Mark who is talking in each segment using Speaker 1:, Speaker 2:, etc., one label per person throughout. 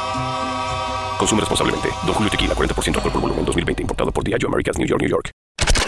Speaker 1: Consume responsablemente. Don Julio Tequila, 40% alcohol por volumen, 2020. Importado por Diageo Americas, New York, New York.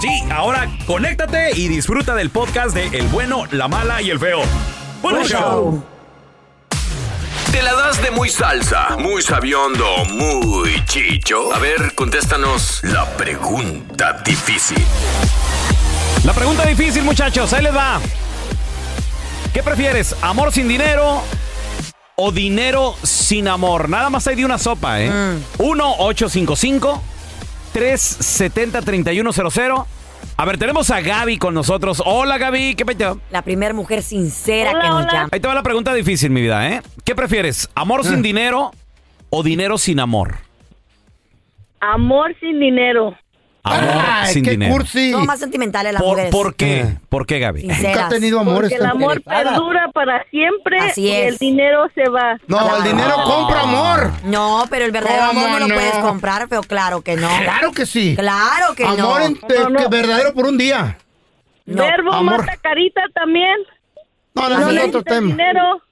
Speaker 2: Sí, ahora conéctate y disfruta del podcast de El bueno, la mala y el feo. ¡Buen show!
Speaker 1: ¿Te la das de muy salsa, muy sabiondo, muy chicho? A ver, contéstanos la pregunta difícil.
Speaker 2: La pregunta difícil, muchachos, ahí les va. ¿Qué prefieres, amor sin dinero o dinero sin amor? Nada más hay de una sopa, ¿eh? 1-855-370-3100. A ver, tenemos a Gaby con nosotros. Hola, Gaby, ¿qué pecho?
Speaker 3: La primera mujer sincera
Speaker 4: Hola,
Speaker 3: que nos
Speaker 4: hola.
Speaker 3: llama.
Speaker 2: Ahí te va la pregunta difícil, mi vida, ¿eh? ¿Qué prefieres, amor sin dinero o dinero sin amor?
Speaker 4: Amor sin dinero.
Speaker 2: Amor
Speaker 5: Ay,
Speaker 2: sin
Speaker 5: qué
Speaker 2: dinero.
Speaker 5: cursi.
Speaker 3: Son más sentimentales las
Speaker 2: ¿Por,
Speaker 3: mujeres.
Speaker 2: por qué? ¿Por qué, Gaby?
Speaker 5: Nunca
Speaker 3: Sinceras.
Speaker 5: ha tenido amores.
Speaker 4: Porque el amor perdura para siempre
Speaker 3: Así
Speaker 4: y
Speaker 3: es.
Speaker 4: el dinero se va.
Speaker 5: No, el dinero compra amor.
Speaker 3: No, pero el verdadero
Speaker 5: ¿Cómo
Speaker 3: amor
Speaker 5: no?
Speaker 3: no, lo puedes comprar, pero claro que no.
Speaker 5: Claro que sí.
Speaker 3: Claro que no.
Speaker 5: amor en- de-
Speaker 4: No, no.
Speaker 5: que verdadero por un día.
Speaker 3: No,
Speaker 4: Verbo
Speaker 5: amor.
Speaker 4: mata carita también.
Speaker 5: No, no,
Speaker 3: Así
Speaker 5: no, es
Speaker 3: es.
Speaker 5: otro
Speaker 4: Necesitas
Speaker 5: tema.
Speaker 4: dinero.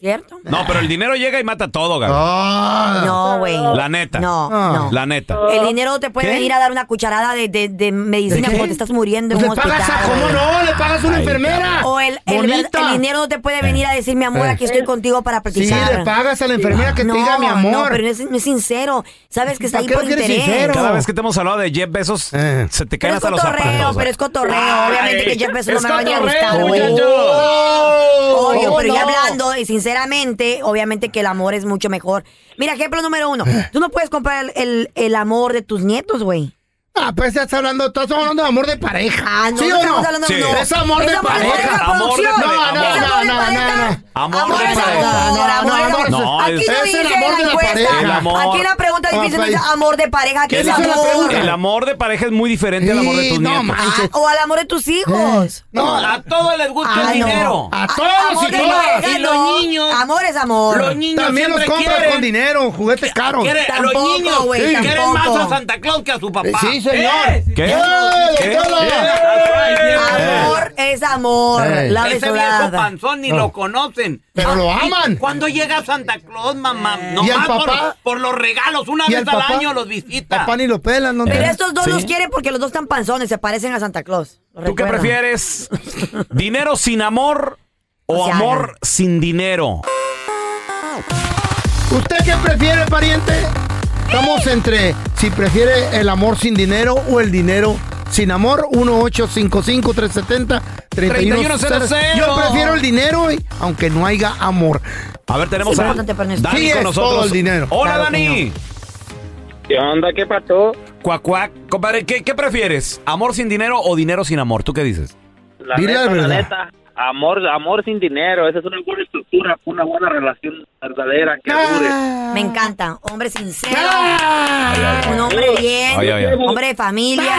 Speaker 3: ¿Cierto?
Speaker 2: No, pero el dinero llega y mata todo, Gaby.
Speaker 5: Ah.
Speaker 3: No, güey.
Speaker 2: La neta.
Speaker 3: No, no.
Speaker 2: La neta.
Speaker 3: El dinero te puede
Speaker 2: ¿Qué?
Speaker 3: venir a dar una cucharada de, de- de medicina
Speaker 5: ¿De qué?
Speaker 3: cuando te estás muriendo
Speaker 5: Pues
Speaker 3: en
Speaker 5: le
Speaker 3: un
Speaker 5: pagas a,
Speaker 3: hospital.
Speaker 5: ¿cómo
Speaker 3: güey.
Speaker 5: no? Le pagas a una enfermera.
Speaker 3: O el, el, ver-
Speaker 5: Bonita.
Speaker 3: el dinero no te puede venir a decir, mi amor,
Speaker 5: Eh.
Speaker 3: aquí estoy contigo para
Speaker 5: Sí,
Speaker 3: practicar.
Speaker 5: le pagas a la enfermera que
Speaker 3: no,
Speaker 5: te diga mi amor.
Speaker 3: No, pero no es, no es sincero. Sabes que está
Speaker 5: ¿Para
Speaker 3: ahí
Speaker 5: qué
Speaker 3: por
Speaker 5: no quieres
Speaker 3: interés.
Speaker 5: sincero?
Speaker 2: Cada vez que te hemos hablado de Jeff Bezos,
Speaker 5: Eh.
Speaker 2: se te caen
Speaker 3: Pero es
Speaker 2: hasta los
Speaker 3: cotorreo,
Speaker 2: zapatos.
Speaker 3: pero es cotorreo. Obviamente que Jeff Bezos no
Speaker 2: es
Speaker 3: me va a venir a
Speaker 2: cotorreo,
Speaker 3: buscar, güey.
Speaker 2: muchacho.
Speaker 3: Obvio,
Speaker 5: Obvio,
Speaker 3: pero ya hablando y sinceramente, obviamente que el amor es mucho mejor. Mira, ejemplo número uno.
Speaker 5: Eh.
Speaker 3: Tú no puedes comprar el, el- el amor de tus nietos, güey.
Speaker 5: Ah, pues ya está hablando, estás hablando de amor de pareja.
Speaker 3: Ah, no,
Speaker 5: ¿Sí
Speaker 3: no
Speaker 5: o
Speaker 3: estamos
Speaker 5: no?
Speaker 3: hablando
Speaker 2: Sí.
Speaker 3: de no.
Speaker 5: Es amor de pareja.
Speaker 2: Amor de
Speaker 3: producción.
Speaker 2: pareja.
Speaker 3: Es
Speaker 2: No,
Speaker 3: amor
Speaker 5: no,
Speaker 3: de
Speaker 5: no,
Speaker 3: pareja.
Speaker 5: no, no.
Speaker 2: Amor
Speaker 3: Amor
Speaker 2: de
Speaker 3: es
Speaker 2: pareja.
Speaker 3: amor,
Speaker 5: No, no,
Speaker 3: amor es amor.
Speaker 2: no,
Speaker 3: Aquí
Speaker 2: es-
Speaker 3: no
Speaker 5: es el
Speaker 3: dice
Speaker 5: amor de
Speaker 3: la
Speaker 5: la
Speaker 3: encuesta.
Speaker 5: pareja. Ah, pues.
Speaker 2: El amor.
Speaker 3: Aquí la pregunta difícil no
Speaker 5: Papá,
Speaker 3: dice amor de pareja. Aquí
Speaker 5: ¿qué
Speaker 3: es
Speaker 5: dice la
Speaker 3: amor.
Speaker 5: pregunta?
Speaker 2: El amor de pareja es muy diferente al amor de tus
Speaker 5: Sí, no,
Speaker 2: nietos.
Speaker 5: ma-
Speaker 3: Ah, o al amor de tus hijos.
Speaker 5: No, a,
Speaker 2: todos les gusta
Speaker 3: Ah, no.
Speaker 5: a
Speaker 3: Ah,
Speaker 5: todos
Speaker 3: amor
Speaker 5: y
Speaker 3: de
Speaker 5: todas.
Speaker 3: pareja, no. Amor es amor.
Speaker 5: También los compras con dinero, juguetes caros.
Speaker 3: Tampoco, güey,
Speaker 5: sí.
Speaker 3: tampoco.
Speaker 5: Quieren más a
Speaker 6: Santa Claus que a su papá.
Speaker 5: Eh, Sí, señor.
Speaker 2: ¿Qué?
Speaker 5: ¡Eh,
Speaker 2: ¿Qué?
Speaker 5: doctora!
Speaker 3: Amor es amor.
Speaker 5: Eh.
Speaker 3: La
Speaker 6: Ese viejo
Speaker 3: besolada.
Speaker 6: panzón
Speaker 2: Ah.
Speaker 6: ni lo conocen.
Speaker 5: Pero lo
Speaker 6: Ah, ¿y
Speaker 5: aman.
Speaker 6: ¿Cuándo llega Santa Claus, mamá?
Speaker 3: Eh.
Speaker 6: No
Speaker 5: ¿Y el
Speaker 6: más por,
Speaker 5: papá?
Speaker 6: por los regalos. Una
Speaker 5: ¿Y
Speaker 6: vez
Speaker 5: el
Speaker 6: al
Speaker 5: papá?
Speaker 6: año los visita.
Speaker 5: Papá ni lo pelan, ¿no?
Speaker 3: Pero estos dos
Speaker 2: Sí.
Speaker 3: los quieren porque los dos están panzones, se parecen a Santa Claus. Lo
Speaker 2: ¿Tú qué
Speaker 3: recuerdan.
Speaker 2: prefieres? ¿Dinero sin amor o
Speaker 3: O sea,
Speaker 2: amor sin dinero?
Speaker 5: ¿Usted qué prefiere, pariente? Estamos entre si prefiere el amor sin dinero o el dinero sin amor. 1-855-370-3100. Yo prefiero el dinero, y- aunque no haya amor.
Speaker 2: A ver, tenemos
Speaker 3: Sí,
Speaker 2: a Cuac, cuac. Compadre, ¿qué, qué prefieres? ¿Amor sin dinero o dinero sin amor? ¿Tú qué dices?
Speaker 7: La
Speaker 5: Dile
Speaker 7: neta,
Speaker 5: la
Speaker 7: la
Speaker 5: verdad.
Speaker 7: neta, Amor, amor sin dinero. Esa es una buena estructura, una buena relación verdadera que
Speaker 3: Ah.
Speaker 7: dure.
Speaker 3: Me encanta. Hombre sincero. Un hombre bien.
Speaker 2: Ay, ay, ay.
Speaker 3: Hombre de familia.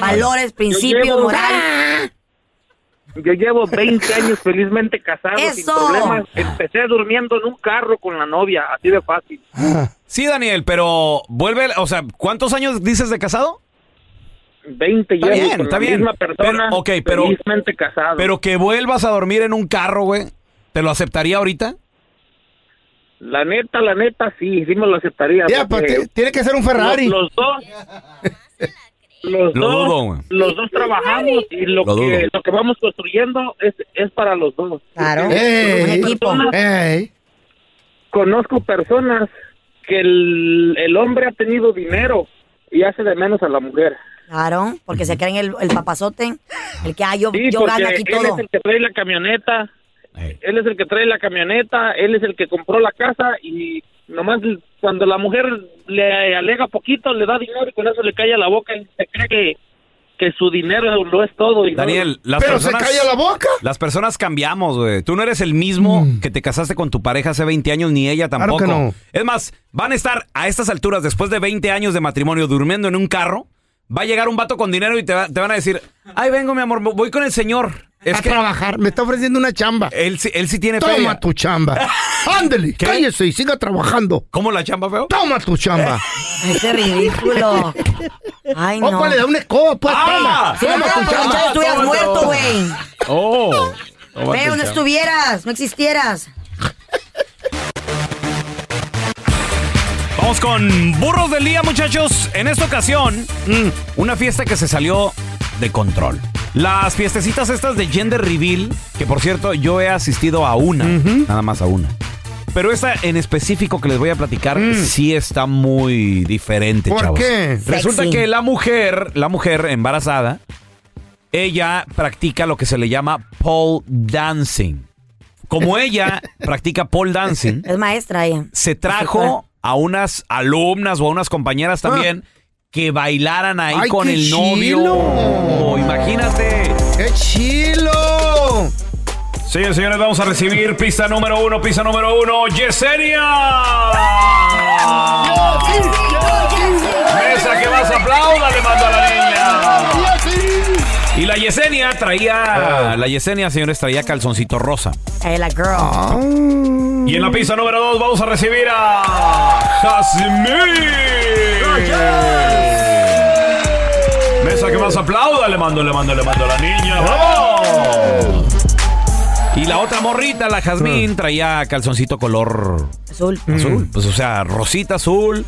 Speaker 3: Valores, principios,
Speaker 7: Ah. llevo- Ah.
Speaker 3: moral.
Speaker 7: Yo llevo 20 años felizmente casado, sin
Speaker 3: Eso.
Speaker 7: problemas. Empecé durmiendo en un carro con la novia, así de fácil.
Speaker 2: Sí, Daniel, pero vuelve, o sea, ¿cuántos años dices de casado?
Speaker 7: 20
Speaker 2: Está
Speaker 7: llevo
Speaker 2: bien,
Speaker 7: con
Speaker 2: está
Speaker 7: la
Speaker 2: bien.
Speaker 7: misma persona,
Speaker 2: Pero, ok, pero-
Speaker 7: felizmente casado.
Speaker 2: Pero que vuelvas a dormir en un carro, güey. ¿Te lo aceptaría ahorita?
Speaker 7: La neta, la neta, sí, sí me lo aceptaría.
Speaker 5: Ya,
Speaker 7: porque
Speaker 5: pa- ti- tiene que ser un Ferrari.
Speaker 7: Los, los dos. Los
Speaker 2: Lo
Speaker 7: dos,
Speaker 2: dudo, güey.
Speaker 7: los dos trabajamos y lo,
Speaker 2: Lo dudo.
Speaker 7: que, lo que vamos construyendo es, es para los dos.
Speaker 3: Claro.
Speaker 5: Ey.
Speaker 3: Un equipo.
Speaker 5: Ey.
Speaker 7: Conozco personas que el, el hombre ha tenido dinero y hace de menos a la mujer.
Speaker 3: Claro. Porque se creen el, el papazote. El que ah, yo,
Speaker 7: Sí,
Speaker 3: yo
Speaker 7: porque
Speaker 3: gano aquí
Speaker 7: él
Speaker 3: todo.
Speaker 7: es el que trae la camioneta, él es el que trae la camioneta, él es el que compró la casa y nomás cuando la mujer le alega poquito, le da dinero y con eso le calla la boca y se cree que, que su dinero lo es todo. y no-
Speaker 2: Daniel, las
Speaker 5: Pero
Speaker 2: personas...
Speaker 5: se calla la boca.
Speaker 2: Las personas cambiamos, güey. Tú no eres el mismo que te casaste con tu pareja hace 20 años, ni ella
Speaker 5: Mm. Claro
Speaker 2: tampoco.
Speaker 5: que no.
Speaker 2: Es más, van a estar a estas alturas, después de 20 años de matrimonio, durmiendo en un carro. Va a llegar un vato con dinero y te, va- te van a decir, ay, vengo, mi amor, voy con el señor. Es
Speaker 5: a
Speaker 2: que
Speaker 5: trabajar. Me está ofreciendo una chamba.
Speaker 2: él, sí- él sí tiene
Speaker 5: Toma
Speaker 2: feria.
Speaker 5: tu chamba. Ándele,
Speaker 2: ¿Qué?
Speaker 5: cállese y siga trabajando.
Speaker 2: ¿Cómo la chamba, feo?
Speaker 5: Toma tu chamba.
Speaker 3: Ese ridículo. Ay,
Speaker 5: O
Speaker 3: no.
Speaker 5: le da Oh, una escoba, pues,
Speaker 2: Ah,
Speaker 5: toma.
Speaker 3: Si no
Speaker 5: Toma
Speaker 3: fuera
Speaker 5: tu
Speaker 3: por
Speaker 5: chamba.
Speaker 3: Ponchado, estuvieras
Speaker 2: Toma,
Speaker 3: muerto,
Speaker 2: toma.
Speaker 3: güey.
Speaker 2: Oh.
Speaker 3: Veo, no estuvieras, no existieras.
Speaker 2: Vamos con burros del día, muchachos. En esta ocasión, mm, una fiesta que se salió de control. Las fiestecitas estas de Gender Reveal, que por cierto, yo he asistido a una, nada más a una. Pero esta en específico que les voy a platicar sí está muy diferente,
Speaker 5: Mm. ¿Por
Speaker 2: chavos.
Speaker 5: qué?
Speaker 2: Resulta
Speaker 3: Sexy.
Speaker 2: que la mujer, la mujer embarazada, ella practica lo que se le llama pole dancing. Como ella practica pole dancing,
Speaker 3: Es maestra ella.
Speaker 2: se trajo a unas alumnas o a unas compañeras también que bailaran ahí
Speaker 5: Ah. Ay,
Speaker 2: con
Speaker 5: qué
Speaker 2: el novio.
Speaker 5: chilo.
Speaker 2: Oh, imagínate.
Speaker 5: ¡Qué chilo!
Speaker 2: Señores, señores, vamos a recibir pista número uno, pista número uno, Yesenia. Esa que más aplauda le mando a la niña. Y la Yesenia traía, la Yesenia, señores, traía calzoncito rosa.
Speaker 3: Ay, la
Speaker 2: Ah,
Speaker 3: girl. Pues
Speaker 2: Y en la pista número 2 vamos a recibir a Jasmine. Mesa que más aplauda, le mando, le mando, le mando a la niña. ¡Vamos! Y la otra morrita, la
Speaker 5: Mm.
Speaker 2: Jasmine, traía calzoncito color
Speaker 3: Azul.
Speaker 2: azul. Pues o sea, rosita azul.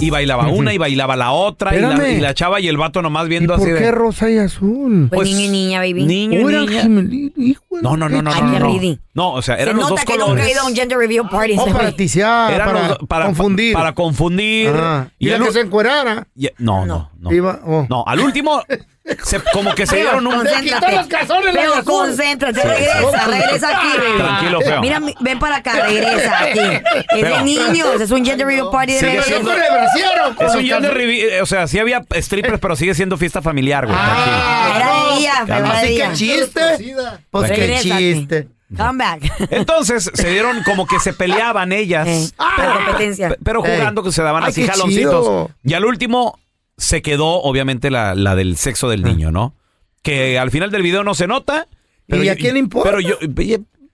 Speaker 2: Y bailaba una y bailaba la otra. Y la,
Speaker 5: Espérame.
Speaker 2: y la chava y el vato nomás
Speaker 5: ¿Y
Speaker 2: viendo así
Speaker 5: por
Speaker 2: de.
Speaker 5: qué rosa y azul?
Speaker 3: Pues niño y niña, baby.
Speaker 2: Niño y
Speaker 5: Ahora,
Speaker 2: niña.
Speaker 5: Jimelín, hijo de-
Speaker 2: No, no, no, no,
Speaker 3: Ay,
Speaker 2: no.
Speaker 3: qué
Speaker 2: No,
Speaker 3: ridi.
Speaker 2: No, o sea,
Speaker 3: Se
Speaker 2: eran los dos
Speaker 3: nota que
Speaker 2: colores.
Speaker 3: nunca he ido a un gender review party.
Speaker 5: O
Speaker 3: ese
Speaker 5: para
Speaker 3: güey.
Speaker 5: ticiar,
Speaker 2: Eran los
Speaker 5: para,
Speaker 2: dos- para
Speaker 5: confundir.
Speaker 2: Para confundir.
Speaker 5: Ajá. Y,
Speaker 2: al
Speaker 5: el que
Speaker 2: u-
Speaker 5: se encuerara.
Speaker 2: y- no, no, no.
Speaker 5: Iba- oh.
Speaker 2: No, al último, se- como que se dieron un.
Speaker 5: Concéntrate. Le quitó los calzones, la
Speaker 3: Pero
Speaker 5: azul.
Speaker 3: concéntrate, regresa, regresa aquí, baby.
Speaker 2: Tranquilo, feo.
Speaker 3: Mira, mi- ven para acá, regresa aquí. Es
Speaker 2: Feo.
Speaker 3: de niños, es un gender review party de
Speaker 2: Sigue
Speaker 3: bebés.
Speaker 5: Pero
Speaker 2: siendo-
Speaker 5: con el brasiero, con
Speaker 2: Es un
Speaker 5: el
Speaker 2: John de
Speaker 5: calzón.
Speaker 2: Rivi- eh, O sea, sí había strippers, pero sigue siendo fiesta familiar, güey.
Speaker 5: Ah,
Speaker 3: Era de ella, feo, era de
Speaker 5: Así que
Speaker 3: ella.
Speaker 5: chiste. Pues qué
Speaker 3: Regrésate.
Speaker 5: chiste.
Speaker 3: Come back.
Speaker 2: tranquilo. Entonces, se dieron como que se peleaban ellas.
Speaker 3: Eh,
Speaker 5: Ah.
Speaker 3: para competencia.
Speaker 2: pe- Pero
Speaker 5: Ey.
Speaker 2: jugando que se daban
Speaker 5: Ay,
Speaker 2: así
Speaker 5: qué
Speaker 2: jaloncitos.
Speaker 5: chido.
Speaker 2: Y al último se quedó, obviamente, la, la del sexo
Speaker 5: Ah.
Speaker 2: del niño, ¿no? Que al final del video no se nota.
Speaker 5: ¿Y
Speaker 2: yo-
Speaker 5: a quién le importa?
Speaker 2: Pero yo. oye,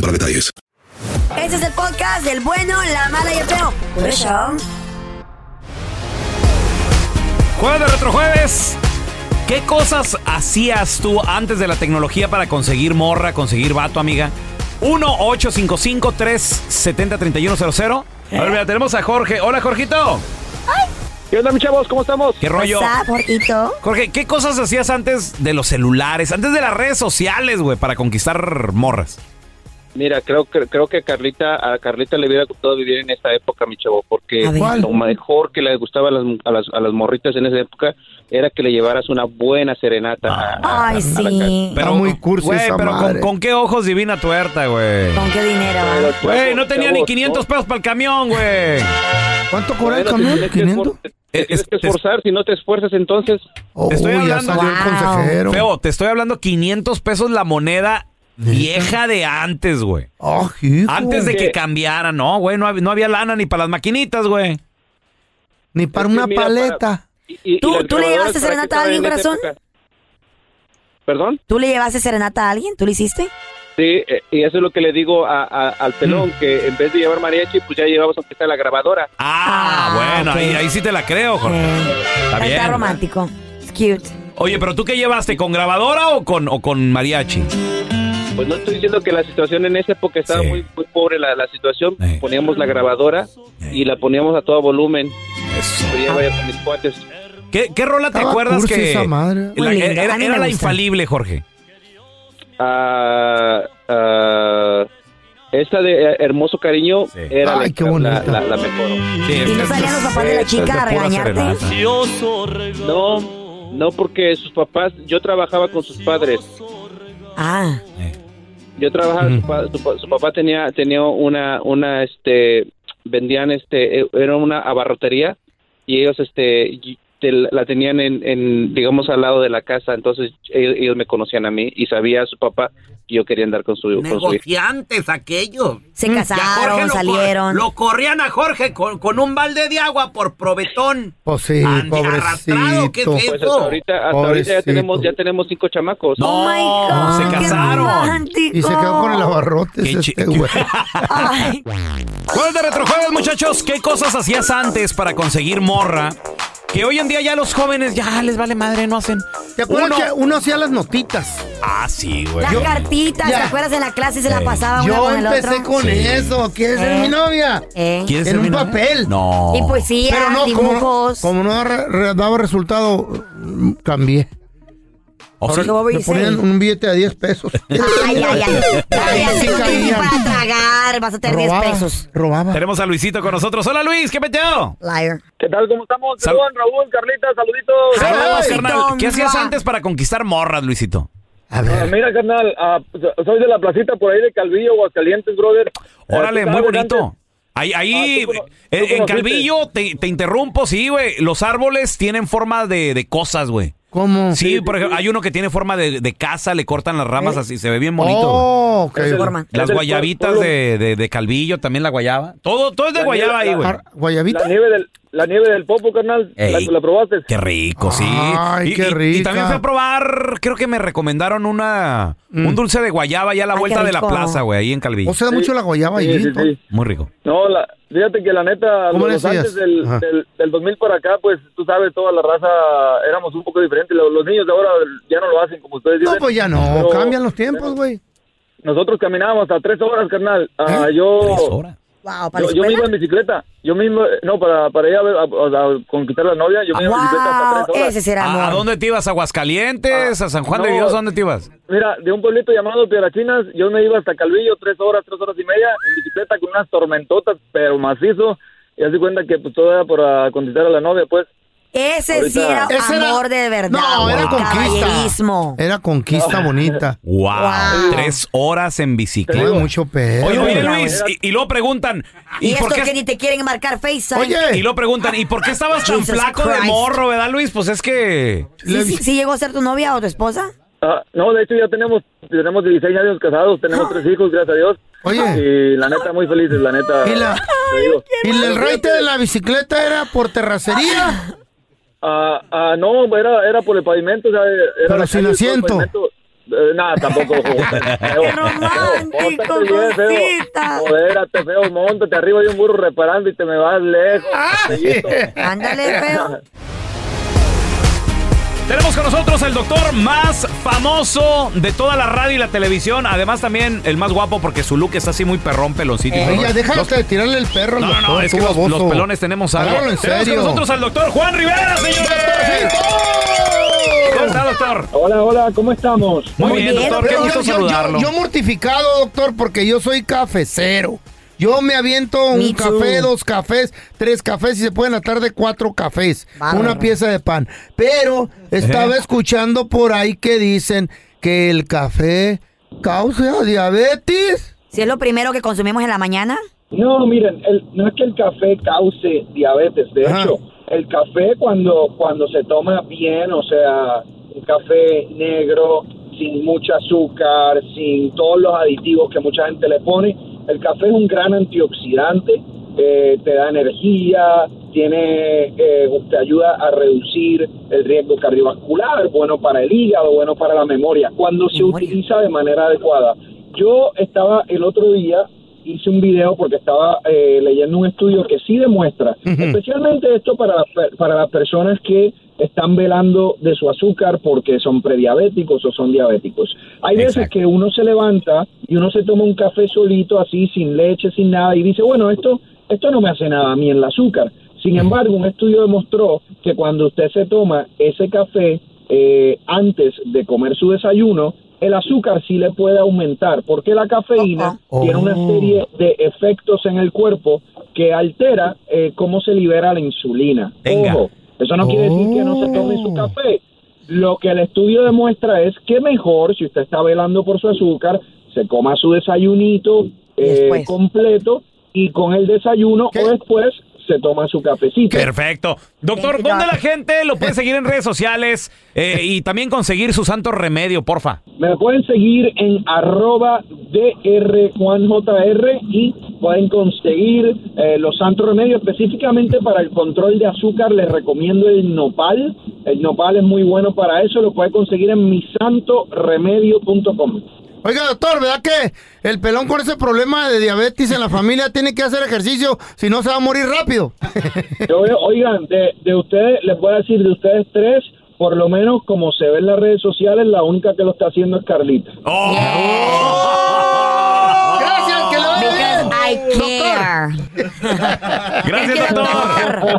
Speaker 8: para detalles.
Speaker 3: Este es el podcast del bueno, la mala y el feo. Por eso.
Speaker 2: Jueves de Retrojueves. ¿Qué cosas hacías tú antes de la tecnología para conseguir morra, conseguir vato, amiga? 1-855-370-3100. A ver, mira, tenemos a Jorge. Hola, Jorgito.
Speaker 9: ¿Qué onda, mis chavos? ¿Cómo estamos?
Speaker 2: ¿Qué rollo?
Speaker 3: Porquito.
Speaker 2: Jorge, ¿qué cosas hacías antes de los celulares, antes de las redes sociales, güey, para conquistar morras?
Speaker 9: Mira, creo que creo que Carlita a Carlita le hubiera gustado vivir en esta época, mi chavo, porque
Speaker 2: A ver. ¿Cuál?
Speaker 9: lo mejor que le gustaba a las, a las, a las morritas en esa época era que le llevaras una buena serenata. Ah, a-
Speaker 2: Ah,
Speaker 9: a- a- a la casa.
Speaker 2: Pero, muy cursi güey,
Speaker 9: esa
Speaker 2: pero
Speaker 9: madre. Pues,
Speaker 2: Con, con qué ojos divina tuerta, güey.
Speaker 3: ¿Con qué dinero? ah?
Speaker 2: Güey, no tenía ni 500 pesos para el camión, güey.
Speaker 5: ¿Cuánto
Speaker 2: cobraba el camión?
Speaker 9: ¿500? Te tienes que esforzar, si no te esfuerzas entonces...
Speaker 2: Te Eh, estoy
Speaker 9: Uy, ya
Speaker 2: hablando,
Speaker 9: salió el Wow. consejero.
Speaker 2: Feo, te estoy hablando 500 pesos la moneda vieja de antes, güey.
Speaker 9: Ah,
Speaker 2: Antes de que cambiara, no, güey, no, hab- no había lana ni para las maquinitas, güey.
Speaker 5: Ni para una
Speaker 2: mira, para-
Speaker 5: paleta.
Speaker 3: ¿Tú, tú le llevaste serenata a alguien, corazón?
Speaker 9: ¿Perdón?
Speaker 3: ¿Tú le llevaste serenata a alguien? ¿Tú le hiciste?
Speaker 9: Sí, eh, y eso es lo que le digo a- a- al pelón,
Speaker 2: Mm.
Speaker 9: que en vez de llevar mariachi, pues ya llevamos aunque sea la grabadora.
Speaker 2: Ah, bueno,
Speaker 9: ok.
Speaker 2: ahí, ahí sí te la creo, Jorge. Está
Speaker 3: Está
Speaker 2: bien.
Speaker 3: romántico. Es cute.
Speaker 2: Oye, pero tú qué llevaste, ¿con grabadora o con, o con mariachi?
Speaker 9: Pues no estoy diciendo que la situación en esa época estaba muy, muy pobre la, la situación. Poníamos la grabadora y la poníamos a todo volumen. Pero ya vaya con mis cuates.
Speaker 2: ¿Qué, qué rola te
Speaker 9: Estaba
Speaker 2: acuerdas
Speaker 9: cursi
Speaker 2: que
Speaker 9: esa madre.
Speaker 2: la- e-,
Speaker 9: Muy lindo,
Speaker 2: era,
Speaker 9: a mí
Speaker 2: era
Speaker 9: me
Speaker 2: la
Speaker 9: gusta.
Speaker 2: infalible, Jorge?
Speaker 9: Ah, ah, esta de eh, Hermoso Cariño era la-
Speaker 2: Ay, qué
Speaker 9: la,
Speaker 2: bonita.
Speaker 9: la, la mejor.
Speaker 2: ¿Y no salían los papás de la chica a regañarte?
Speaker 9: No, no, porque sus papás, yo trabajaba con sus padres.
Speaker 3: Ah.
Speaker 9: Yo trabajaba, su, pa- su pa- su papá tenía tenía una una este vendían este eh, era una abarrotería y ellos este y- te- la tenían en, en, digamos al lado de la casa, entonces ellos, ellos me conocían a mí y sabía a su papá que yo quería andar con su con su hija.
Speaker 6: Negociantes aquellos. Mm,
Speaker 3: Se
Speaker 6: Ya
Speaker 3: casaron,
Speaker 6: Jorge lo cor-
Speaker 3: salieron.
Speaker 6: Lo corrían a Jorge con, con un balde de agua por provetón.
Speaker 5: Pues sí, pobrecito.
Speaker 6: ¿qué es eso?
Speaker 9: Pues hasta ahorita, hasta ahorita ya
Speaker 5: Pobrecito.
Speaker 9: tenemos ya tenemos cinco chamacos.
Speaker 5: No,
Speaker 6: God,
Speaker 5: se
Speaker 6: qué
Speaker 5: casaron.
Speaker 6: romántico.
Speaker 5: Y se quedó con el abarrotes este güey.
Speaker 2: Jueves de retrojueves, muchachos. ¿Qué cosas hacías antes para conseguir morra? Que hoy en día ya los jóvenes ya les vale madre, no hacen.
Speaker 5: ¿Te acuerdas que uno hacía las notitas?
Speaker 2: Ah, sí, güey.
Speaker 3: Las
Speaker 2: Yo-
Speaker 3: cartitas, ¿te acuerdas de la clase? Se la pasaba una
Speaker 5: Yo
Speaker 3: con el otro.
Speaker 5: empecé con eso. ¿Quieres ser
Speaker 3: Eh.
Speaker 5: mi novia?
Speaker 3: Eh.
Speaker 2: ¿Quieres
Speaker 5: en
Speaker 2: ser
Speaker 5: un
Speaker 2: mi novia?
Speaker 5: papel.
Speaker 2: No.
Speaker 3: Y poesía,
Speaker 5: Pero no, como no,
Speaker 3: dibujos.
Speaker 5: como no re- re- daba resultado, mm, cambié. Ahora
Speaker 2: Oh,
Speaker 3: sí? ¿Cómo
Speaker 5: me
Speaker 3: dice?
Speaker 5: ponían un billete a 10 pesos.
Speaker 3: Ay, ay, ay. Ay,
Speaker 5: Sí
Speaker 3: ay, no tienes ni
Speaker 5: caían.
Speaker 3: para tragar, vas a tener 10
Speaker 5: Robaba,
Speaker 3: pesos.
Speaker 5: Robaba.
Speaker 2: Tenemos a Luisito con nosotros. Hola, Luis, ¿qué peteo?
Speaker 3: Liar.
Speaker 9: ¿Qué tal? ¿Cómo estamos? Saludos, Raúl, Carlita, saluditos.
Speaker 2: Saludos, carnal. ¿Qué hacías antes para conquistar morras, Luisito?
Speaker 9: Ah, mira, carnal, ah, soy de la placita por ahí de Calvillo, Aguascalientes, brother.
Speaker 2: Órale,
Speaker 9: Eh, ¿tú
Speaker 2: muy
Speaker 9: sabes
Speaker 2: bonito.
Speaker 9: antes?
Speaker 2: Ahí, ahí,
Speaker 9: Ah, tú cono-
Speaker 2: eh,
Speaker 9: tú
Speaker 2: en
Speaker 9: conociste.
Speaker 2: Calvillo, te, te interrumpo, sí, güey. Los árboles tienen forma de, de cosas, güey.
Speaker 5: ¿Cómo?
Speaker 2: Sí, por ejemplo, hay uno que tiene forma de, de casa, le cortan las ramas así, se ve bien bonito.
Speaker 5: Eh. Oh, ok.
Speaker 2: güey. Las guayabitas de, de- de Calvillo, también la guayaba. Todo, todo es de
Speaker 9: La
Speaker 2: guayaba
Speaker 9: nieve-
Speaker 2: ahí,
Speaker 5: Ah,
Speaker 2: güey.
Speaker 9: la- La nieve del, la nieve del popo, carnal.
Speaker 2: Ey.
Speaker 9: ¿La, la probaste?
Speaker 2: Qué rico, sí.
Speaker 5: Ay,
Speaker 2: y,
Speaker 5: qué
Speaker 2: y- Y,
Speaker 5: rica.
Speaker 2: también fui a probar, creo que me recomendaron una un dulce de guayaba ya a la
Speaker 5: Ay,
Speaker 2: vuelta
Speaker 5: qué
Speaker 2: de la
Speaker 5: rico.
Speaker 2: plaza, güey, ahí en Calvillo.
Speaker 5: O sea,
Speaker 9: Sí.
Speaker 5: mucho la guayaba
Speaker 9: Sí,
Speaker 5: ahí.
Speaker 9: sí,
Speaker 5: todo.
Speaker 9: sí.
Speaker 2: Muy rico.
Speaker 9: No, la, fíjate que la neta,
Speaker 5: ¿Cómo
Speaker 9: los
Speaker 5: le
Speaker 9: los
Speaker 5: decías?
Speaker 9: antes del,
Speaker 5: Ajá.
Speaker 9: del, del 2000 para acá, pues tú sabes, toda la raza éramos un poco diferentes. Los, los niños de ahora ya no lo hacen como ustedes dicen.
Speaker 5: No, pues ya no.
Speaker 9: Pero
Speaker 5: Cambian los tiempos, güey. ¿Eh?
Speaker 9: Nosotros caminábamos hasta tres horas, carnal. Ah, yo,
Speaker 3: Wow, para
Speaker 9: yo, yo me
Speaker 3: la escuela.
Speaker 9: iba en bicicleta. Yo mismo,
Speaker 7: eh,
Speaker 9: no, para, para ir a, ver- a- a- a conquistar a la novia, yo me iba en bicicleta hasta tres horas.
Speaker 2: ¿A- ¿A dónde te ibas? ¿A Aguascalientes? ¿A San Juan de
Speaker 9: no.
Speaker 2: Dios? ¿A dónde te ibas?
Speaker 9: Mira, de un pueblito llamado Piedrachinas, yo me iba hasta Calvillo tres horas, tres horas y media en bicicleta con unas tormentotas, pero macizo.
Speaker 7: Y haz de cuenta que pues todo era para conquistar a la novia, pues.
Speaker 3: Ese sí era
Speaker 7: Ahorita- Ese era-
Speaker 3: amor de verdad.
Speaker 5: No, era conquista. Era conquista bonita.
Speaker 2: Wow. Tres horas en bicicleta.
Speaker 5: Tiene mucho pedo.
Speaker 2: Oye, oye, Luis, y, y luego preguntan,
Speaker 3: Y,
Speaker 2: ¿y,
Speaker 3: esto
Speaker 2: por qué?
Speaker 3: que ni te quieren marcar FaceTime.
Speaker 2: Y luego preguntan, ¿y por qué estabas tan
Speaker 3: Jesus
Speaker 2: flaco de
Speaker 3: Christ.
Speaker 2: morro, verdad, Luis? Pues es que...
Speaker 3: ¿Sí, sí- sí llegó a ser tu novia o tu esposa?
Speaker 7: Ah, no, de hecho ya tenemos tenemos 16 años casados, tenemos tres hijos, gracias a Dios. Oye. Y la neta, muy felices, la neta.
Speaker 5: ¿Y, la-
Speaker 7: te digo.
Speaker 5: y el rate de la bicicleta era por terracería?
Speaker 7: Ah, ah, no, era, era por el pavimento, o sea, era
Speaker 5: Pero
Speaker 7: la
Speaker 5: sin
Speaker 7: calle, todo el
Speaker 5: asiento.
Speaker 7: pavimento. Eh, nada, tampoco. ¡Qué romántico, Modérate, feo, montate arriba de un burro reparando y te me vas lejos. feíto.
Speaker 3: Ándale, feo.
Speaker 2: Tenemos con nosotros el doctor más famoso de toda la radio y la televisión. Además, también el más guapo porque su look está así muy perrón, peloncito. y
Speaker 5: Oye,
Speaker 2: todo.
Speaker 5: ya deja
Speaker 2: Los-
Speaker 5: de tirarle el perro al
Speaker 2: No, no, no,
Speaker 5: doctor,
Speaker 2: es que
Speaker 5: tú
Speaker 2: los,
Speaker 5: baboso.
Speaker 2: los pelones tenemos algo.
Speaker 5: Háblalo en
Speaker 2: Tenemos
Speaker 5: serio.
Speaker 2: con nosotros al doctor Juan Rivera, señores. ¿Cómo está, doctor?
Speaker 7: Hola, hola, ¿cómo estamos?
Speaker 2: Muy, bien, doctor, qué
Speaker 5: Pero
Speaker 2: gusto
Speaker 5: yo- yo-
Speaker 2: saludarlo.
Speaker 5: Yo, yo mortificado, doctor, porque yo soy cafecero. Yo me aviento
Speaker 2: Me
Speaker 5: un
Speaker 2: too.
Speaker 5: café, dos cafés, tres cafés, y se pueden atar de cuatro cafés.
Speaker 2: Bárbaro.
Speaker 5: Una pieza de pan. Pero estaba escuchando por ahí que dicen que el café causa diabetes.
Speaker 3: Si es lo primero que consumimos en la mañana.
Speaker 10: No, miren, el- no es que el café cause diabetes. De hecho, el café cuando, cuando se toma bien, o sea, un café negro, sin mucho azúcar, sin todos los aditivos que mucha gente le pone, el café es un gran antioxidante, eh, te da energía, tiene, eh, te ayuda a reducir el riesgo cardiovascular, bueno para el hígado, bueno para la memoria, cuando se utiliza de manera adecuada. Yo estaba el otro día hice un video porque estaba eh, leyendo un estudio que sí demuestra, especialmente esto para, las per- para las personas que están velando de su azúcar porque son prediabéticos o son diabéticos. Hay veces que uno se levanta y uno se toma un café solito, así, sin leche, sin nada, y dice, bueno, esto, esto no me hace nada a mí el azúcar. Sin embargo, un estudio demostró que cuando usted se toma ese café eh, antes de comer su desayuno, el azúcar sí le puede aumentar, porque la cafeína tiene una serie de efectos en el cuerpo que altera eh, cómo se libera la insulina.
Speaker 11: Venga.
Speaker 10: Ojo, eso no quiere decir que no se tome su café. Lo que el estudio demuestra es que mejor, si usted está velando por su azúcar, se coma su desayunito eh, completo y con el desayuno o después se toma su cafecito.
Speaker 2: Perfecto. Doctor, ¿dónde la gente lo puede seguir en redes sociales eh, y también conseguir su santo remedio, porfa?
Speaker 10: Me pueden seguir en arroba drjuanjr y pueden conseguir eh, los santos remedios específicamente para el control de azúcar. Les recomiendo el nopal. El nopal es muy bueno para eso. Lo pueden conseguir en misantoremedio.com.
Speaker 5: Oiga, doctor, ¿verdad que el pelón con ese problema de diabetes en la familia tiene que hacer ejercicio, si no se va a morir rápido?
Speaker 10: Yo veo, oigan, de, de ustedes, les voy a decir, de ustedes tres, por lo menos como se ve en las redes sociales, la única que lo está haciendo es Carlita.
Speaker 3: Oh,
Speaker 5: ¡Oh! Gracias, que lo vaya
Speaker 3: bien.
Speaker 2: Gracias,
Speaker 5: doctor.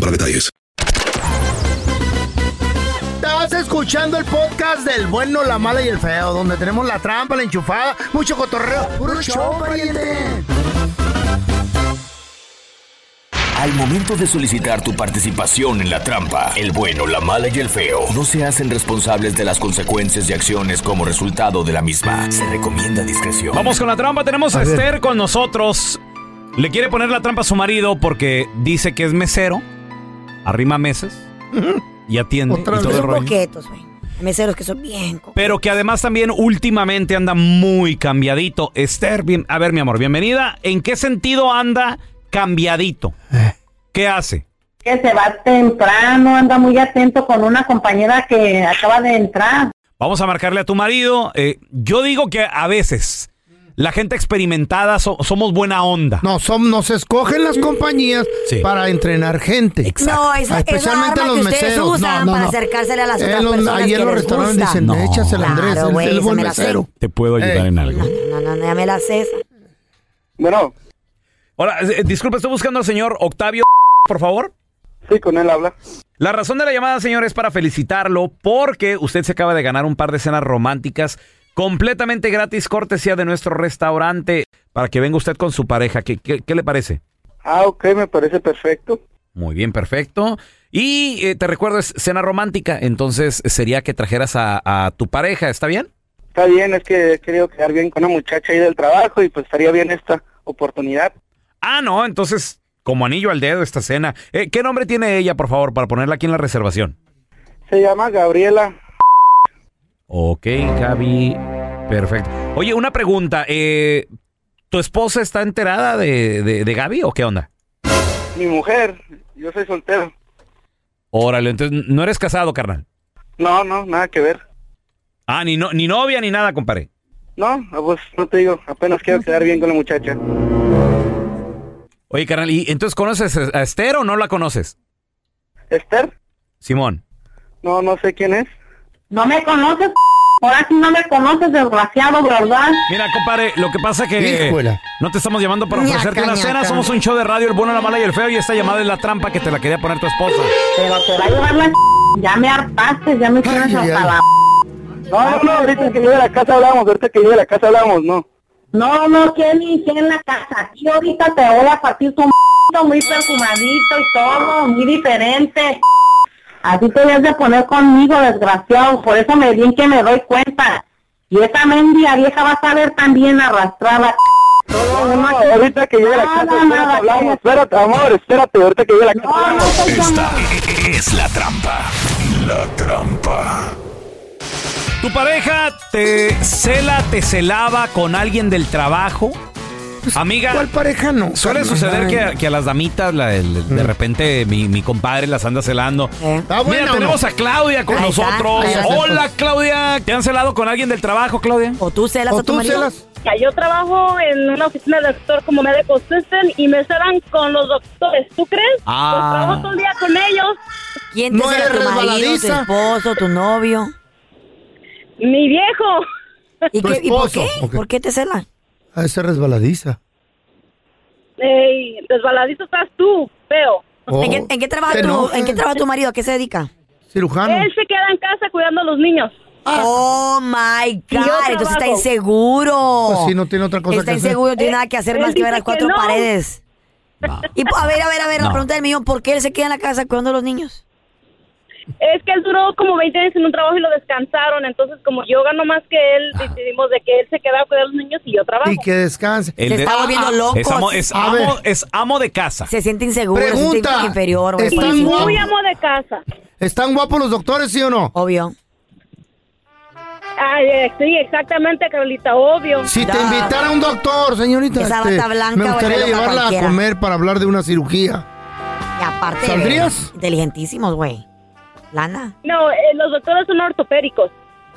Speaker 8: para detalles.
Speaker 5: Estás escuchando el podcast del bueno, la mala y el feo, donde tenemos la trampa, la enchufada, mucho cotorreo. ¡Puro show, pariente!
Speaker 11: Al momento de solicitar tu participación en la trampa, el bueno, la mala y el feo no se hacen responsables de las consecuencias y acciones como resultado de la misma. Se recomienda discreción.
Speaker 2: Vamos con la trampa, tenemos a,
Speaker 11: A ver.
Speaker 2: Esther con nosotros. Le quiere poner la trampa a su marido porque dice que es mesero, arrima meses y atiende. y todo el
Speaker 3: Son
Speaker 2: rollo.
Speaker 3: coquetos, güey. Meseros que son bien co-
Speaker 2: Pero que además también últimamente anda muy cambiadito. Esther, bien- a ver mi amor, bienvenida. ¿En qué sentido anda cambiadito?
Speaker 5: Eh.
Speaker 2: ¿Qué hace?
Speaker 12: que se va temprano, anda muy atento con una compañera que acaba de entrar.
Speaker 2: Vamos a marcarle a tu marido. Eh, yo digo que a veces la gente experimentada so- somos buena onda.
Speaker 5: No, son, nos escogen las compañías para entrenar gente. Ah,
Speaker 3: No, esa,
Speaker 5: Especialmente los
Speaker 3: esa arma que ustedes
Speaker 5: meseros.
Speaker 3: usan
Speaker 5: No, no,
Speaker 3: para
Speaker 5: no.
Speaker 3: acercársele a las
Speaker 5: Eh,
Speaker 3: otras
Speaker 5: los-
Speaker 3: personas
Speaker 5: ahí
Speaker 3: que
Speaker 5: en los
Speaker 3: les
Speaker 5: restaurantes
Speaker 3: gusta.
Speaker 5: dicen, échasela,
Speaker 3: Claro,
Speaker 5: Andrés, él-
Speaker 3: güey,
Speaker 5: él es
Speaker 3: esa
Speaker 5: buen
Speaker 3: me la sé.
Speaker 5: mesero.
Speaker 2: Te puedo ayudar en algo.
Speaker 3: No, no, no, ya me la sé esa.
Speaker 2: Bueno. Hola, eh, disculpa, estoy buscando al señor Octavio, por favor.
Speaker 13: Sí, con él habla.
Speaker 2: La razón de la llamada, señor, es para felicitarlo porque usted se acaba de ganar un par de cenas románticas completamente gratis, cortesía de nuestro restaurante, para que venga usted con su pareja. ¿Qué, qué- qué le parece?
Speaker 13: Ah, ok, me parece perfecto.
Speaker 2: Muy bien, perfecto. Y eh, te recuerdo, es cena romántica, entonces sería que trajeras a, a tu pareja, ¿está bien?
Speaker 13: Está bien, es que he querido quedar bien con una muchacha ahí del trabajo y pues estaría bien esta oportunidad.
Speaker 2: Ah, no, entonces como anillo al dedo esta cena. Eh, ¿Qué nombre tiene ella, por favor, para ponerla aquí en la reservación?
Speaker 13: Se llama Gabriela.
Speaker 2: Ok, Gaby. Perfecto. Oye, una pregunta. eh, ¿Tu esposa está enterada de, de, de Gaby o qué onda?
Speaker 13: Mi mujer, yo soy soltero.
Speaker 2: Órale, entonces no eres casado, carnal.
Speaker 13: No, no, nada que ver.
Speaker 2: Ah, ni, no, ni novia ni nada, compadre.
Speaker 13: No, ah, pues no te digo, apenas quiero quedar bien con la muchacha.
Speaker 2: Oye, carnal, ¿y entonces conoces a Esther o no la conoces?
Speaker 13: ¿Esther?
Speaker 2: Simón.
Speaker 13: No, no sé quién es.
Speaker 12: No me conoces, ahora sí no me conoces, desgraciado, ¿verdad?
Speaker 2: Mira, compadre, lo que pasa que
Speaker 5: Híjole.
Speaker 2: no te estamos llamando para
Speaker 12: Ñaca,
Speaker 2: ofrecerte una cena.
Speaker 12: ñaca.
Speaker 2: Somos un show de radio, el bueno, la mala y el feo. Y esta llamada es la trampa que te la quería poner tu esposa.
Speaker 12: Pero te va a llevar la ya me hartaste, ya me tienes hasta la
Speaker 13: No, no, no, ahorita que yo de la casa hablamos, ahorita que yo de la casa hablamos, no.
Speaker 12: No, no, ¿quién ni quién en la casa? Yo ahorita te voy a partir tu m***o muy perfumadito y todo, muy diferente. Así te debes de poner conmigo, desgraciado. Por eso me bien que me doy cuenta. Y esa mendiga vieja vas a ver también arrastrada. Todo uno aquí.
Speaker 13: Ahorita que yo de la casa,
Speaker 12: Nada,
Speaker 13: espérate,
Speaker 12: nada,
Speaker 13: hablamos. Espérate, amor, espérate, ahorita que yo de la casa hablamos.
Speaker 11: Esta es la trampa. La trampa.
Speaker 2: ¿Tu pareja te cela, te celaba con alguien del trabajo?
Speaker 5: pues,
Speaker 2: Amiga.
Speaker 5: ¿Cuál pareja no?
Speaker 2: Suele
Speaker 5: carnal?
Speaker 2: suceder que a,
Speaker 5: Ay. Mm.
Speaker 2: que a las damitas la- el- de repente mi, mi compadre las anda celando.
Speaker 5: buena
Speaker 2: Mira,
Speaker 5: o no?
Speaker 2: tenemos a Claudia con
Speaker 5: Ahí está,
Speaker 2: nosotros.
Speaker 5: ahí está.
Speaker 2: Hola, Claudia. ¿Te han celado con alguien del trabajo, Claudia?
Speaker 3: ¿O tú celas
Speaker 4: a tu marido? Ya, Yo trabajo en una oficina de doctor como médico assistant y me celan con los doctores. ¿Tú crees? Pues
Speaker 2: Ah.
Speaker 4: trabajo todo el día con ellos.
Speaker 3: ¿Quién te cela? ¿Tu marido, tu esposo, tu novio?
Speaker 4: Mi viejo.
Speaker 3: ¿Y,
Speaker 5: Tu
Speaker 3: qué, ¿y por
Speaker 5: esposo,
Speaker 3: qué?
Speaker 5: ok.
Speaker 3: ¿Por qué te cela?
Speaker 5: Ah, esa resbaladiza.
Speaker 4: Ey, desbaladito estás tú, feo.
Speaker 5: Oh,
Speaker 3: ¿En, qué, en qué trabaja
Speaker 5: te
Speaker 3: tu,
Speaker 5: enojas.
Speaker 3: ¿En qué trabaja tu marido? ¿A qué se dedica?
Speaker 5: Cirujano.
Speaker 4: Él se queda en casa cuidando a los niños.
Speaker 3: Oh my
Speaker 4: Ah. yo
Speaker 3: God, entonces está
Speaker 4: trabajo.
Speaker 3: inseguro.
Speaker 5: Pues sí, no tiene otra cosa
Speaker 3: está
Speaker 5: que hacer.
Speaker 3: inseguro, no tiene nada que hacer
Speaker 4: Él
Speaker 3: más que ver
Speaker 4: dice
Speaker 3: las cuatro
Speaker 4: que no.
Speaker 3: paredes. Y a ver, a ver, a ver, la
Speaker 4: No.
Speaker 3: pregunta del millón, ¿por qué él se queda en la casa cuidando a los niños?
Speaker 4: Es que él duró como 20 años en un trabajo y lo descansaron. Entonces, como yo gano más que él,
Speaker 3: Ah.
Speaker 4: decidimos de que él se queda a cuidar a los niños y yo trabajo.
Speaker 5: Y que descanse.
Speaker 2: El de- Ah, Es amo, es
Speaker 5: A
Speaker 2: amo-
Speaker 5: ver,
Speaker 2: es amo de casa.
Speaker 3: Se siente inseguro,
Speaker 5: Pregunta,
Speaker 3: se siente inferior. güey,
Speaker 5: ¿están
Speaker 3: pobrecito.
Speaker 5: guapos? Muy
Speaker 4: amo de casa.
Speaker 5: ¿están guapos los doctores, sí o no?
Speaker 3: Obvio.
Speaker 4: Ay, eh, sí, exactamente, Carolita, obvio.
Speaker 5: Si te invitara un doctor, señorita,
Speaker 4: Esa
Speaker 5: este,
Speaker 4: bata blanca,
Speaker 5: me gustaría
Speaker 4: vuelve loca
Speaker 5: llevarla a
Speaker 4: cualquiera.
Speaker 5: comer para hablar de una cirugía.
Speaker 3: Y aparte.
Speaker 5: ¿Saldrías?
Speaker 3: Inteligentísimos, güey. Lana.
Speaker 4: No, eh, los doctores son ortopédicos.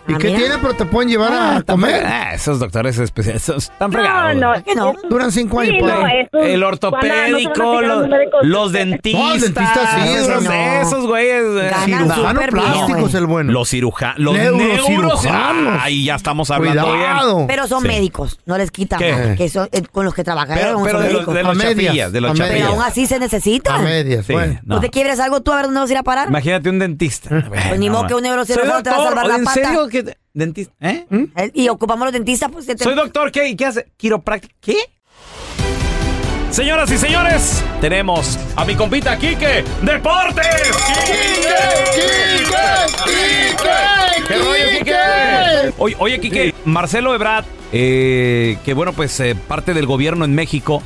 Speaker 5: ¿Y qué tiene? Pero te pueden llevar a comer.
Speaker 2: Ah, esos doctores especiales esos están fregados.
Speaker 4: no,
Speaker 2: güey.
Speaker 4: no.
Speaker 5: Duran cinco
Speaker 4: Sí,
Speaker 5: años.
Speaker 4: no,
Speaker 5: por ahí.
Speaker 4: esos
Speaker 2: El
Speaker 4: van a- no se van a
Speaker 2: ortopédico,
Speaker 4: picar
Speaker 2: los,
Speaker 4: los médicos.
Speaker 2: los dentistas. Ah,
Speaker 5: No, Oh, el dentista sí,
Speaker 2: esos,
Speaker 5: no.
Speaker 2: esos güeyes. eh,
Speaker 5: Ganan Cirujano súper bien, plástico güey. es el bueno.
Speaker 2: Los cirujanos. Los
Speaker 5: Neurocirujanos.
Speaker 2: neurocirujanos. Ahí ya estamos hablando bien.
Speaker 3: Pero son
Speaker 2: Sí.
Speaker 3: médicos, no les quitan
Speaker 2: ¿Qué?
Speaker 3: nada, que son, eh, con los que trabajaron
Speaker 2: Pero-
Speaker 3: son
Speaker 2: pero de los-
Speaker 3: médicos.
Speaker 2: de los A medias, chapillas, de los a medias.
Speaker 3: Pero aún así se necesita.
Speaker 2: A medias, Sí, bueno.
Speaker 3: ¿No
Speaker 2: no.
Speaker 3: te quiebres algo tú a ver dónde vas a ir a parar?
Speaker 2: Imagínate un dentista.
Speaker 3: Pues ni modo que un neurocirujano te va a salvar la
Speaker 2: ¿En
Speaker 3: pata.
Speaker 2: serio que dentista? ¿Eh?
Speaker 5: ¿Mm?
Speaker 3: Eh, Y ocupamos los dentistas, pues. que te-
Speaker 2: Soy doctor, ¿qué? ¿Y qué hace? ¿Quiropráctico? ¿Qué? Señoras y señores, tenemos a mi compita Quique Deportes. ¿Qué rollo, Quique? Oye, oye, Quique, Marcelo Ebrard, eh, que bueno, pues eh, parte del gobierno en México,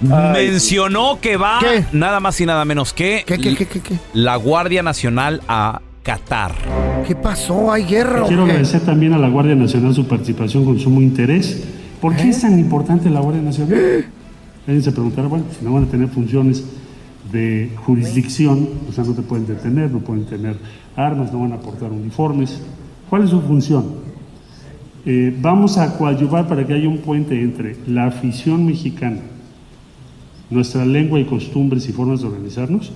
Speaker 2: mencionó que va nada más y nada menos que la Guardia Nacional a Qatar.
Speaker 5: ¿Qué pasó? ¿Hay guerra o
Speaker 14: Quiero
Speaker 5: qué?
Speaker 14: agradecer también a la Guardia Nacional su participación con sumo interés. ¿Por
Speaker 3: ¿Eh?
Speaker 14: qué es tan importante la Guardia Nacional? Alguien se preguntará, bueno, si no van a tener funciones de jurisdicción, o sea, no te pueden detener, no pueden tener armas, no van a portar uniformes. ¿Cuál es su función? Eh, vamos a coadyuvar para que haya un puente entre la afición mexicana, nuestra lengua y costumbres y formas de organizarnos,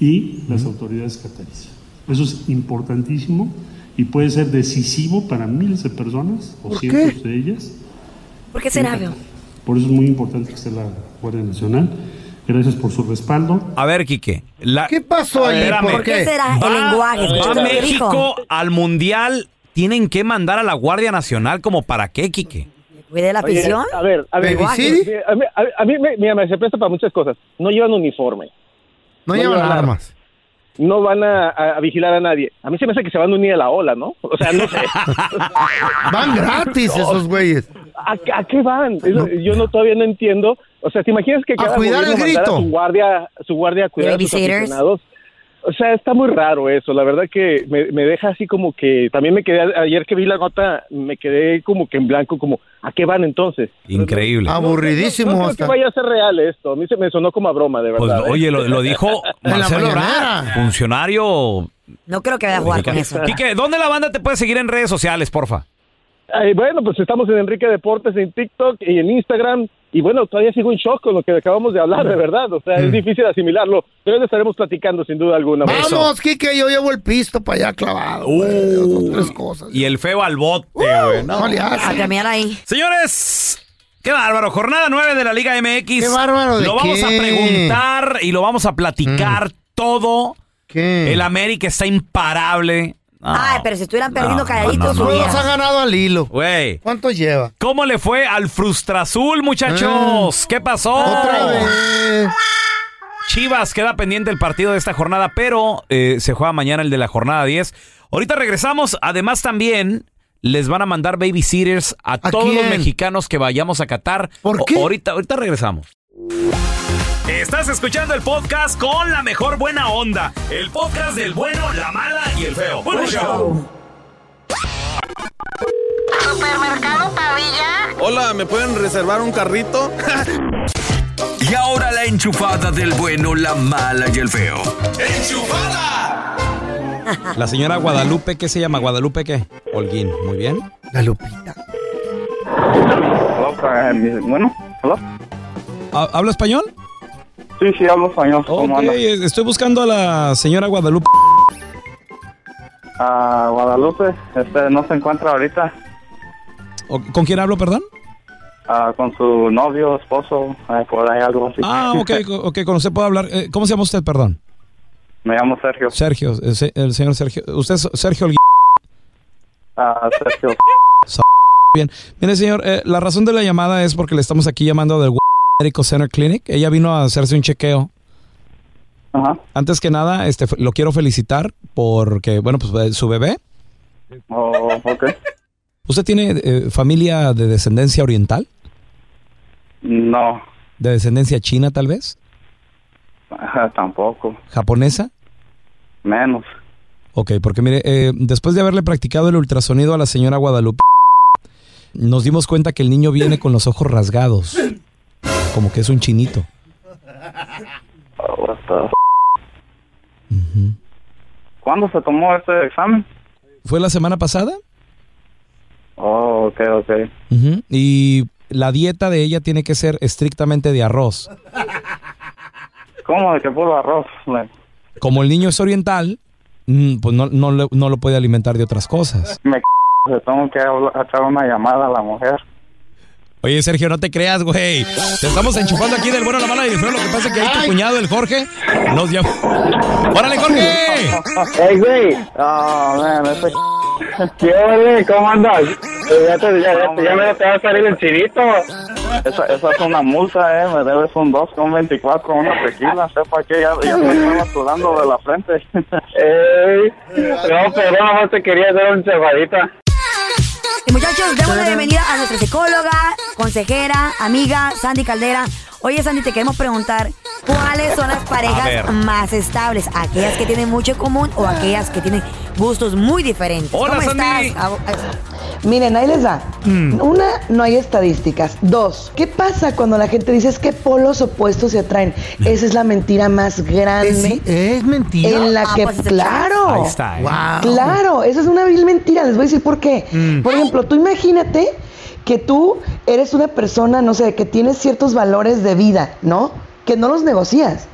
Speaker 14: y las autoridades cataríes. Eso es importantísimo y puede ser decisivo para miles de personas o
Speaker 3: ¿Por qué?
Speaker 14: cientos de ellas.
Speaker 3: ¿Por qué será, veo?
Speaker 14: Por eso es muy importante que esté la Guardia Nacional. Gracias por su respaldo.
Speaker 2: A ver, Quique.
Speaker 14: ¿Qué pasó ahí? ¿Por qué será el lenguaje?
Speaker 2: Va
Speaker 14: Escucha lo que
Speaker 2: México
Speaker 14: dijo.
Speaker 2: al Mundial. Tienen que mandar a la Guardia Nacional como para qué, Quique.
Speaker 3: ¿Cuide la
Speaker 15: Oye,
Speaker 3: afición?
Speaker 15: a ver, a ver. A mí, a, a mí me, mira, me se presta para muchas cosas. No llevan uniforme.
Speaker 5: No llevan armas.
Speaker 15: No van a, a- a vigilar a nadie. A mí se me hace que se van a unir a la ola, ¿no? O sea, no sé.
Speaker 5: Van gratis esos güeyes.
Speaker 15: ¿A, a qué van? Es lo- Yo no todavía no entiendo. O sea, ¿te imaginas que
Speaker 5: A
Speaker 15: cada
Speaker 5: cuidar
Speaker 15: gobierno
Speaker 5: el
Speaker 15: mandara
Speaker 5: grito.
Speaker 15: a su guardia, su guardia a cuidar a sus
Speaker 5: Babysitters.
Speaker 15: aficionados? O sea, está muy raro eso. La verdad que me, me deja así como que también me quedé ayer que vi la nota, me quedé como que en blanco, como ¿a qué van entonces?
Speaker 2: Increíble.
Speaker 15: Aburridísimo. No, creo que vaya a ser real esto. A mí se me sonó como a broma, de
Speaker 2: Pues,
Speaker 15: verdad. ¿eh?
Speaker 2: oye, lo, lo dijo
Speaker 15: En la
Speaker 2: Marcelo
Speaker 15: mañanera.
Speaker 2: Ebrard, funcionario.
Speaker 3: No creo que vaya a jugar con eso.
Speaker 2: Quique, ¿dónde la banda te puede seguir en redes sociales, porfa?
Speaker 15: Ay, bueno, pues estamos en Enrique Deportes en TikTok y en Instagram. Y bueno, todavía sigo en shock con lo que acabamos de hablar, de verdad. O
Speaker 2: Mm.
Speaker 15: sea, es difícil asimilarlo. Pero lo estaremos platicando sin duda alguna.
Speaker 5: Vamos, Kike, yo llevo el pisto para allá clavado. güey,
Speaker 2: Uh,
Speaker 5: dos o tres cosas. Uh,
Speaker 2: Y el feo al bote, güey. no.
Speaker 5: no le haces.
Speaker 3: A caminar ahí.
Speaker 2: Señores, qué bárbaro. Jornada 9 de la Liga MX.
Speaker 5: Qué bárbaro, ¿de
Speaker 2: Lo vamos a
Speaker 5: qué? Mm.
Speaker 2: preguntar y lo vamos a platicar todo. El América está imparable. No,
Speaker 3: Ay, Ah, pero si estuvieran
Speaker 5: Ah,
Speaker 3: perdiendo
Speaker 2: no,
Speaker 3: calladitos,
Speaker 2: no, no,
Speaker 3: subieran.
Speaker 2: no.
Speaker 5: ganado al hilo.
Speaker 2: Güey.
Speaker 5: ¿Cuánto lleva? Ah.
Speaker 2: ¿Cómo le fue al Frustrazul, muchachos? ¿Qué pasó? Otra
Speaker 5: vez.
Speaker 2: Chivas queda pendiente el partido de esta jornada, pero eh, se juega mañana el de la jornada 10. Ahorita regresamos. Además, también les van a mandar babysitters a, todos los
Speaker 16: quién?
Speaker 2: mexicanos que vayamos a Qatar. ¿Por qué? Ahorita, ahorita regresamos. Estás escuchando el podcast con la mejor buena onda. El podcast del bueno, la mala y el feo. Buen show.
Speaker 17: Supermercado Pavilla.
Speaker 18: Hola, ¿me pueden reservar un carrito?
Speaker 1: Y ahora la enchufada del bueno, la mala y el feo.
Speaker 2: La señora Guadalupe, ¿qué se llama? Guadalupe, ¿qué? Holguín, muy bien.
Speaker 18: eh, Bueno, hola.
Speaker 2: ¿Habla español?
Speaker 18: Sí, sí, hablo español. ¿Cómo
Speaker 2: Ok,
Speaker 18: anda?
Speaker 2: eh, estoy buscando a la señora Guadalupe.
Speaker 18: Ah, Guadalupe, este, no se encuentra ahorita
Speaker 2: O- ¿Con quién hablo, perdón?
Speaker 18: ah, con su novio, esposo, eh, por ahí algo así.
Speaker 2: Ah, ok, co- ok, con usted puedo hablar. Eh, ¿Cómo se llama usted, perdón?
Speaker 18: Me llamo Sergio.
Speaker 2: Sergio, eh, se- el señor Sergio. Usted es Sergio Holguín.
Speaker 18: Ah, Sergio.
Speaker 2: Sa- Bien. Mire, señor, eh, la razón de la llamada es porque le estamos aquí llamando del Medical Center Clinic. Ella vino a hacerse un chequeo. Antes que nada, este, fe- lo quiero felicitar porque, bueno, pues eh, su bebé.
Speaker 18: Oh, ok.
Speaker 2: ¿Usted tiene eh, familia de descendencia oriental?
Speaker 18: No,
Speaker 2: ¿De descendencia china, tal vez?
Speaker 18: ah, tampoco.
Speaker 2: ¿Japonesa?
Speaker 18: Menos.
Speaker 2: Ok, porque mire, eh, después de haberle practicado el ultrasonido a la señora Guadalupe, nos dimos cuenta que el niño viene con los ojos rasgados, como que es un chinito.
Speaker 18: Oh, what the f- ¿Cuándo se tomó este examen?
Speaker 19: ¿Fue la semana pasada?
Speaker 18: Oh, ok, ok.
Speaker 19: Ujú. Y la dieta de ella tiene que ser estrictamente de arroz.
Speaker 18: ¿Cómo de que puro arroz? Me,
Speaker 19: Como el niño es oriental, mm, pues no, no le- no lo puede alimentar de otras cosas.
Speaker 18: me c- le tengo que habla- echar una llamada a la mujer.
Speaker 19: Oye, Sergio, no te creas, güey. Te estamos enchufando aquí del bueno, la mala y el feo. Lo que pasa es que ahí tu cuñado, el Jorge, nos llama. ¡Órale, Jorge!
Speaker 18: ¡Ey, güey! Oh, man, ese c- ¿Qué ole? ¿Cómo andas? Eh, Ya, te, ya, ya, ya me te va a salir el chivito. Esa, esa es una multa, eh. Me debes un 2 con 24, una tequila. Sepa que ya, ya me estaba sudando de la frente. Eh, Ey, no, pero no te quería hacer un chavadita.
Speaker 3: Y muchachos, demos la bienvenida a nuestra psicóloga, consejera, amiga, Sandy Caldera. Oye, Sandy, te queremos preguntar, ¿cuáles son las
Speaker 2: A ver.
Speaker 3: parejas más estables? ¿Aquellas que tienen mucho en común o aquellas que tienen gustos muy diferentes?
Speaker 17: Hola,
Speaker 3: ¿Cómo
Speaker 17: Sandy.
Speaker 3: estás? Ah, Abo-
Speaker 17: Miren, ahí les da.
Speaker 3: Mm.
Speaker 17: Una, no hay estadísticas. Dos, ¿qué pasa cuando la gente dice es que polos opuestos se atraen? Esa es la mentira más grande.
Speaker 5: Mm. Es, mentira.
Speaker 17: En la
Speaker 5: Ah,
Speaker 17: que,
Speaker 5: pues, es-
Speaker 17: claro.
Speaker 5: Ahí está, ¿eh? Wow.
Speaker 17: Claro, esa es una vil mentira. Les voy a decir por qué. Por ejemplo, tú imagínate que tú eres una persona, no sé, que tienes ciertos valores de vida, ¿no? Que no los negocias.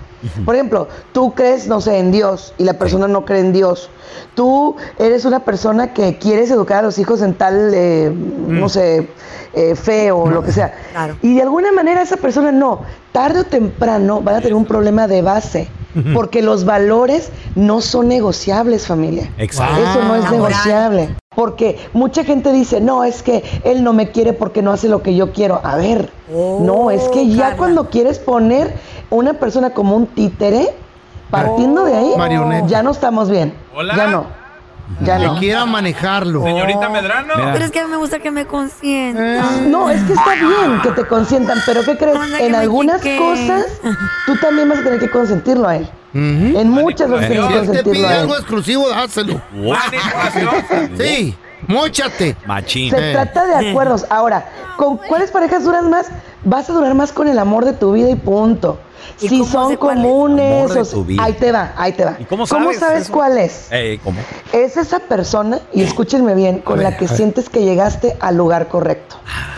Speaker 17: Por ejemplo, tú crees, no sé, en Dios y la persona no cree en Dios. Tú eres una persona que quieres educar a los hijos en tal, eh, no sé, eh, fe o lo que sea. Y de alguna manera esa persona no, tarde o temprano van a tener un problema de base.
Speaker 20: Ujú.
Speaker 17: Porque los valores no son negociables, familia.
Speaker 20: Exacto.
Speaker 17: Eso no es
Speaker 20: Ah.
Speaker 17: negociable. Porque mucha gente dice, no, es que él no me quiere porque no hace lo que yo quiero. A ver,
Speaker 21: Oh,
Speaker 17: no, es que ya cuando quieres poner una persona como un títere, partiendo de ahí, ya no estamos bien. Ya no. Ya
Speaker 5: que
Speaker 17: no.
Speaker 5: quiera manejarlo.
Speaker 17: Señorita
Speaker 5: Medrano.
Speaker 3: Pero es que me gusta que me consientan.
Speaker 17: Ah, No, es que está bien que te consientan, pero ¿qué crees?
Speaker 3: Anda, que
Speaker 17: En
Speaker 3: me
Speaker 17: algunas
Speaker 3: piqué.
Speaker 17: cosas, tú también vas a tener que consentirlo a él. En muchas vas a tener
Speaker 5: Si
Speaker 17: que
Speaker 5: él te pide
Speaker 17: consentirlo a él.
Speaker 5: algo exclusivo, dáselo. sí, Eh. mochate.
Speaker 2: Machín.
Speaker 17: Se trata de acuerdos. Ahora, ¿con cuáles parejas duras más? Vas a durar más con el amor de tu vida y punto. Si son comunes,
Speaker 2: Amor de
Speaker 17: o sea,
Speaker 2: tu vida.
Speaker 17: ahí te va, ahí te va.
Speaker 2: cómo sabes eso?
Speaker 17: cuál es?
Speaker 2: Eh, ¿Cómo?
Speaker 17: Es esa persona, y escúchenme bien, con
Speaker 2: ver,
Speaker 17: la que
Speaker 2: a ver.
Speaker 17: sientes que llegaste al lugar correcto.
Speaker 5: Ah.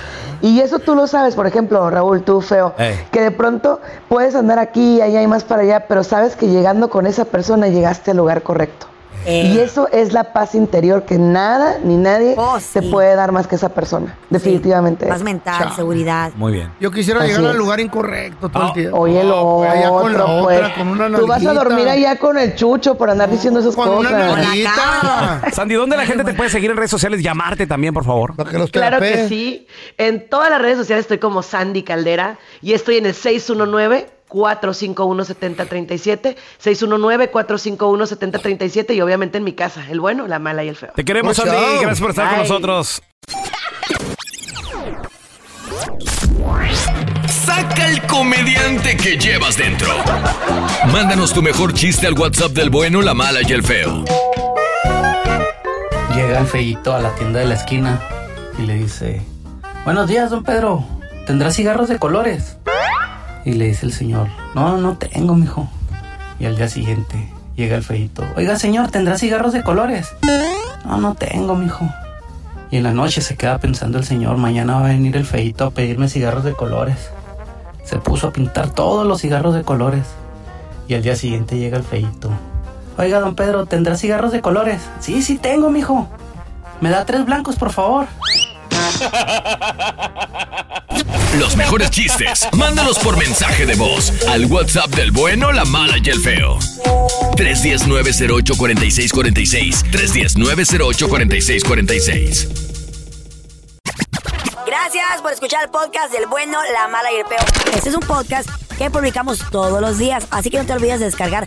Speaker 17: Y eso tú lo sabes, por ejemplo, Raúl, tú feo,
Speaker 22: Ey.
Speaker 17: que de pronto puedes andar aquí, allá y más para allá, pero sabes que llegando con esa persona llegaste al lugar correcto. Y eso es la paz interior que nada ni nadie te puede dar más que esa persona, definitivamente.
Speaker 3: Oh, Paz mental, seguridad.
Speaker 2: Muy bien.
Speaker 5: Yo quisiera
Speaker 17: Así
Speaker 5: llegar
Speaker 17: es. Ah,
Speaker 5: al lugar incorrecto todo el tiempo.
Speaker 17: Oye, lo
Speaker 5: pues, allá con la
Speaker 17: otro,
Speaker 5: otra,
Speaker 17: pues.
Speaker 5: con una
Speaker 17: Tú vas a
Speaker 5: nalguita.
Speaker 17: dormir allá con el chucho por andar diciendo esas cosas.
Speaker 2: Sandy, ¿dónde la gente te puede seguir en redes sociales? Llamarte también, por favor.
Speaker 20: Claro que
Speaker 17: sí. En todas las redes sociales estoy como Sandy Caldera y estoy en el 619 451 7037, 619 451 7037 y obviamente en mi casa, el bueno, la mala y el feo.
Speaker 2: Te queremos, Sandy. Gracias por estar con nosotros.
Speaker 1: Saca el comediante que llevas dentro. Mándanos tu mejor chiste al WhatsApp del bueno, la mala y el feo.
Speaker 20: Llega el feíto a la tienda de la esquina y le dice, buenos días, don Pedro, ¿tendrá cigarros de colores? Y le dice el señor, no, no tengo, mijo. Y al día siguiente llega el feíto, oiga, señor, ¿tendrá cigarros de colores? No, no tengo, mijo. Y en la noche se queda pensando el señor, mañana va a venir el feíto a pedirme cigarros de colores. Se puso a pintar todos los cigarros de colores. Y al día siguiente llega el feíto. Oiga, don Pedro, ¿tendrá cigarros de colores? Sí, sí tengo, mijo. ¿Me da tres blancos, por favor?
Speaker 1: Los mejores chistes, mándalos por mensaje de voz al WhatsApp del bueno, la mala y el feo. 319-08-4646. 319-08-4646.
Speaker 3: Gracias por escuchar el podcast del bueno, la mala y el peo. Este es un podcast que publicamos todos los días, así que no te olvides de descargar